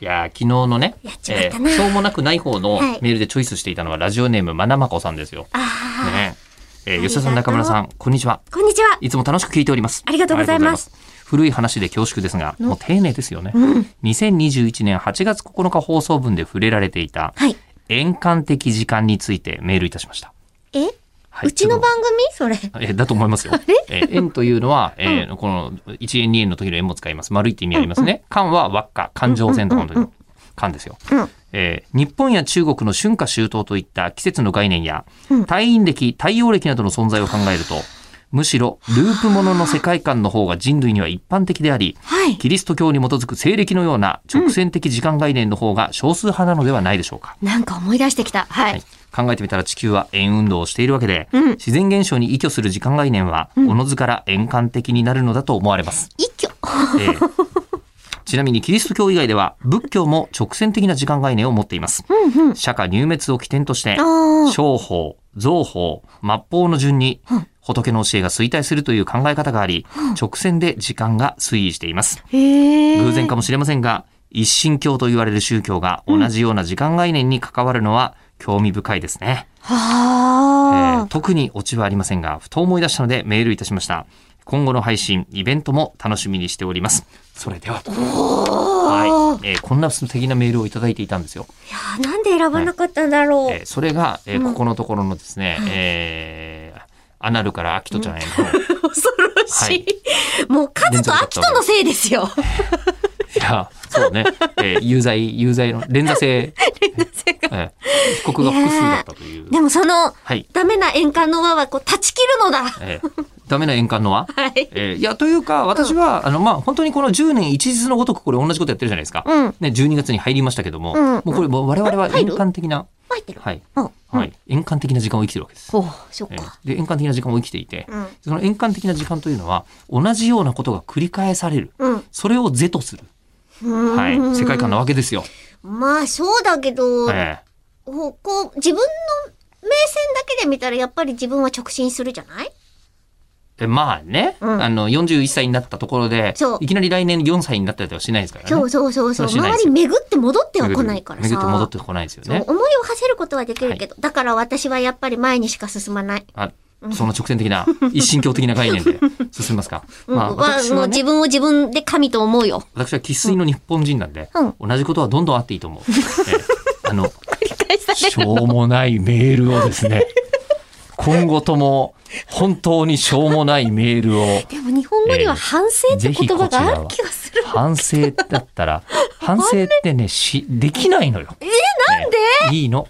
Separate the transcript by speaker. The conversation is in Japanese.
Speaker 1: いやー昨日のね
Speaker 2: やっ、ちまっ
Speaker 1: え
Speaker 2: たな
Speaker 1: ー、しょうもなくない方の
Speaker 2: はい
Speaker 1: メールでチョイスしていたのはラジオネームまなまこさんですよ。
Speaker 2: ああ、
Speaker 1: ねえ
Speaker 2: あり
Speaker 1: ー、
Speaker 2: がとう
Speaker 1: 吉田さん中村さんこんにちは。
Speaker 2: こんにちは。
Speaker 1: いつも楽しく聞いております。
Speaker 2: ありがとうございま
Speaker 1: あ
Speaker 2: す
Speaker 1: りがとうございます。古い話で恐縮ですが、もう丁寧ですよね。2021年8月9日放送分で触れられていた、
Speaker 2: はい。
Speaker 1: 円環的時間についてメールいたしました。
Speaker 2: え、
Speaker 1: はいう
Speaker 2: ちの番組それ。
Speaker 1: えだと思いますよ。え円というのは、えーこの1円2円の時の円も使います。丸いって意味ありますね。環は輪っか、環状線とかの時の環ですよ。
Speaker 2: うん
Speaker 1: えー日本や中国の春夏秋冬といった季節の概念や、退院歴、太陽暦などの存在を考えると、むしろループものの世界観の方が人類には一般的であり、
Speaker 2: はい。
Speaker 1: キリスト教に基づく西暦のような直線的時間概念の方が少数派なのではないでしょうか。
Speaker 2: なんか思い出してきた。はい。
Speaker 1: はい考えてみたら地球は円運動をしているわけで、
Speaker 2: うん
Speaker 1: 自然現象に依拠する時間概念は、おのずから円環的になるのだと思われ ます。
Speaker 2: 一挙。
Speaker 1: ええちなみにキリスト教以外では仏教も直線的な時間概念を持っています。
Speaker 2: うんうん。
Speaker 1: 釈迦入滅を起点として、
Speaker 2: ああ。
Speaker 1: 商法、造法、末法の順に
Speaker 2: うん
Speaker 1: 仏の教えが衰退するという考え方があり、直線で時間が推移しています。
Speaker 2: へえ。
Speaker 1: 偶然かもしれませんが、一神教と言われる宗教が同じような時間概念に関わるのは興味深いですね。えー
Speaker 2: はあ。
Speaker 1: 特にオチはありませんが、ふと思い出したのでメールいたしました。今後の配信、イベントも楽しみにしております。それではと。はい。えーこんな素敵なメールをいただいていたんですよ。
Speaker 2: いやーなんで選ばなかったんだろう。
Speaker 1: えーそれが、えー
Speaker 2: うん
Speaker 1: ここのところのですね、えーアナルからアキトちゃんへの、
Speaker 2: 恐ろしい。
Speaker 1: はい
Speaker 2: もうカズとアキトのせいですよ。
Speaker 1: いや、そうね、えー有罪、有罪の 連座性、えー被告が複数だったという。
Speaker 2: でもその、
Speaker 1: はい。
Speaker 2: ダメな円環の輪はこう断ち切るのだ。は。
Speaker 1: えーダメな円環のはいえーいやというか私は、あのまあ本当にこの10年一日のごとくこれ同じことやってるじゃないですか、
Speaker 2: うん
Speaker 1: ね、12月に入りましたけども、
Speaker 2: うん
Speaker 1: もうこれもう我々は円環的な、
Speaker 2: 入ってる。
Speaker 1: はい
Speaker 2: うん。
Speaker 1: はい、円環的な時間を生きてるわけです。
Speaker 2: おうそっ
Speaker 1: えー
Speaker 2: か。
Speaker 1: で円環的な時間を生きていて、
Speaker 2: うん。
Speaker 1: その円環的な時間というのは同じようなことが繰り返される
Speaker 2: うん。
Speaker 1: それを是とする、
Speaker 2: うん
Speaker 1: はい、世界観なわけですよ。
Speaker 2: まあそうだけど、
Speaker 1: え
Speaker 2: こうこう自分の目線だけで見たらやっぱり自分は直進するじゃない
Speaker 1: ーでまあね、
Speaker 2: うん
Speaker 1: あの41歳になったところで
Speaker 2: そう
Speaker 1: いきなり来年4歳になったりとかしないですからね。
Speaker 2: そうそうそうそう
Speaker 1: そうしないで
Speaker 2: 周
Speaker 1: す
Speaker 2: り
Speaker 1: よ
Speaker 2: 巡って戻っては来ないからさ
Speaker 1: 巡って戻ってこないですよね。
Speaker 2: そう思いを馳せることはできるけど、だから私はやっぱり前にしか進まない、
Speaker 1: あ、その直線的 な、一神教的な概念で進みますか。
Speaker 2: うん
Speaker 1: まあ、私
Speaker 2: もう
Speaker 1: は、
Speaker 2: 自
Speaker 1: ね、
Speaker 2: 分を自分で神と思 うよ
Speaker 1: 私は生粋の日本人なんで、
Speaker 2: うん
Speaker 1: 同じことはどんどんあっていいと思う。 ええあの、
Speaker 2: 繰り返され
Speaker 1: しょうもないメールをですね、今後とも本当にしょうもないメールを、
Speaker 2: でも日本語には
Speaker 1: ええ
Speaker 2: 反省って言葉がある気がする、
Speaker 1: 反省だったら、反省ってね、し、できないのよ。え、なんでいいの。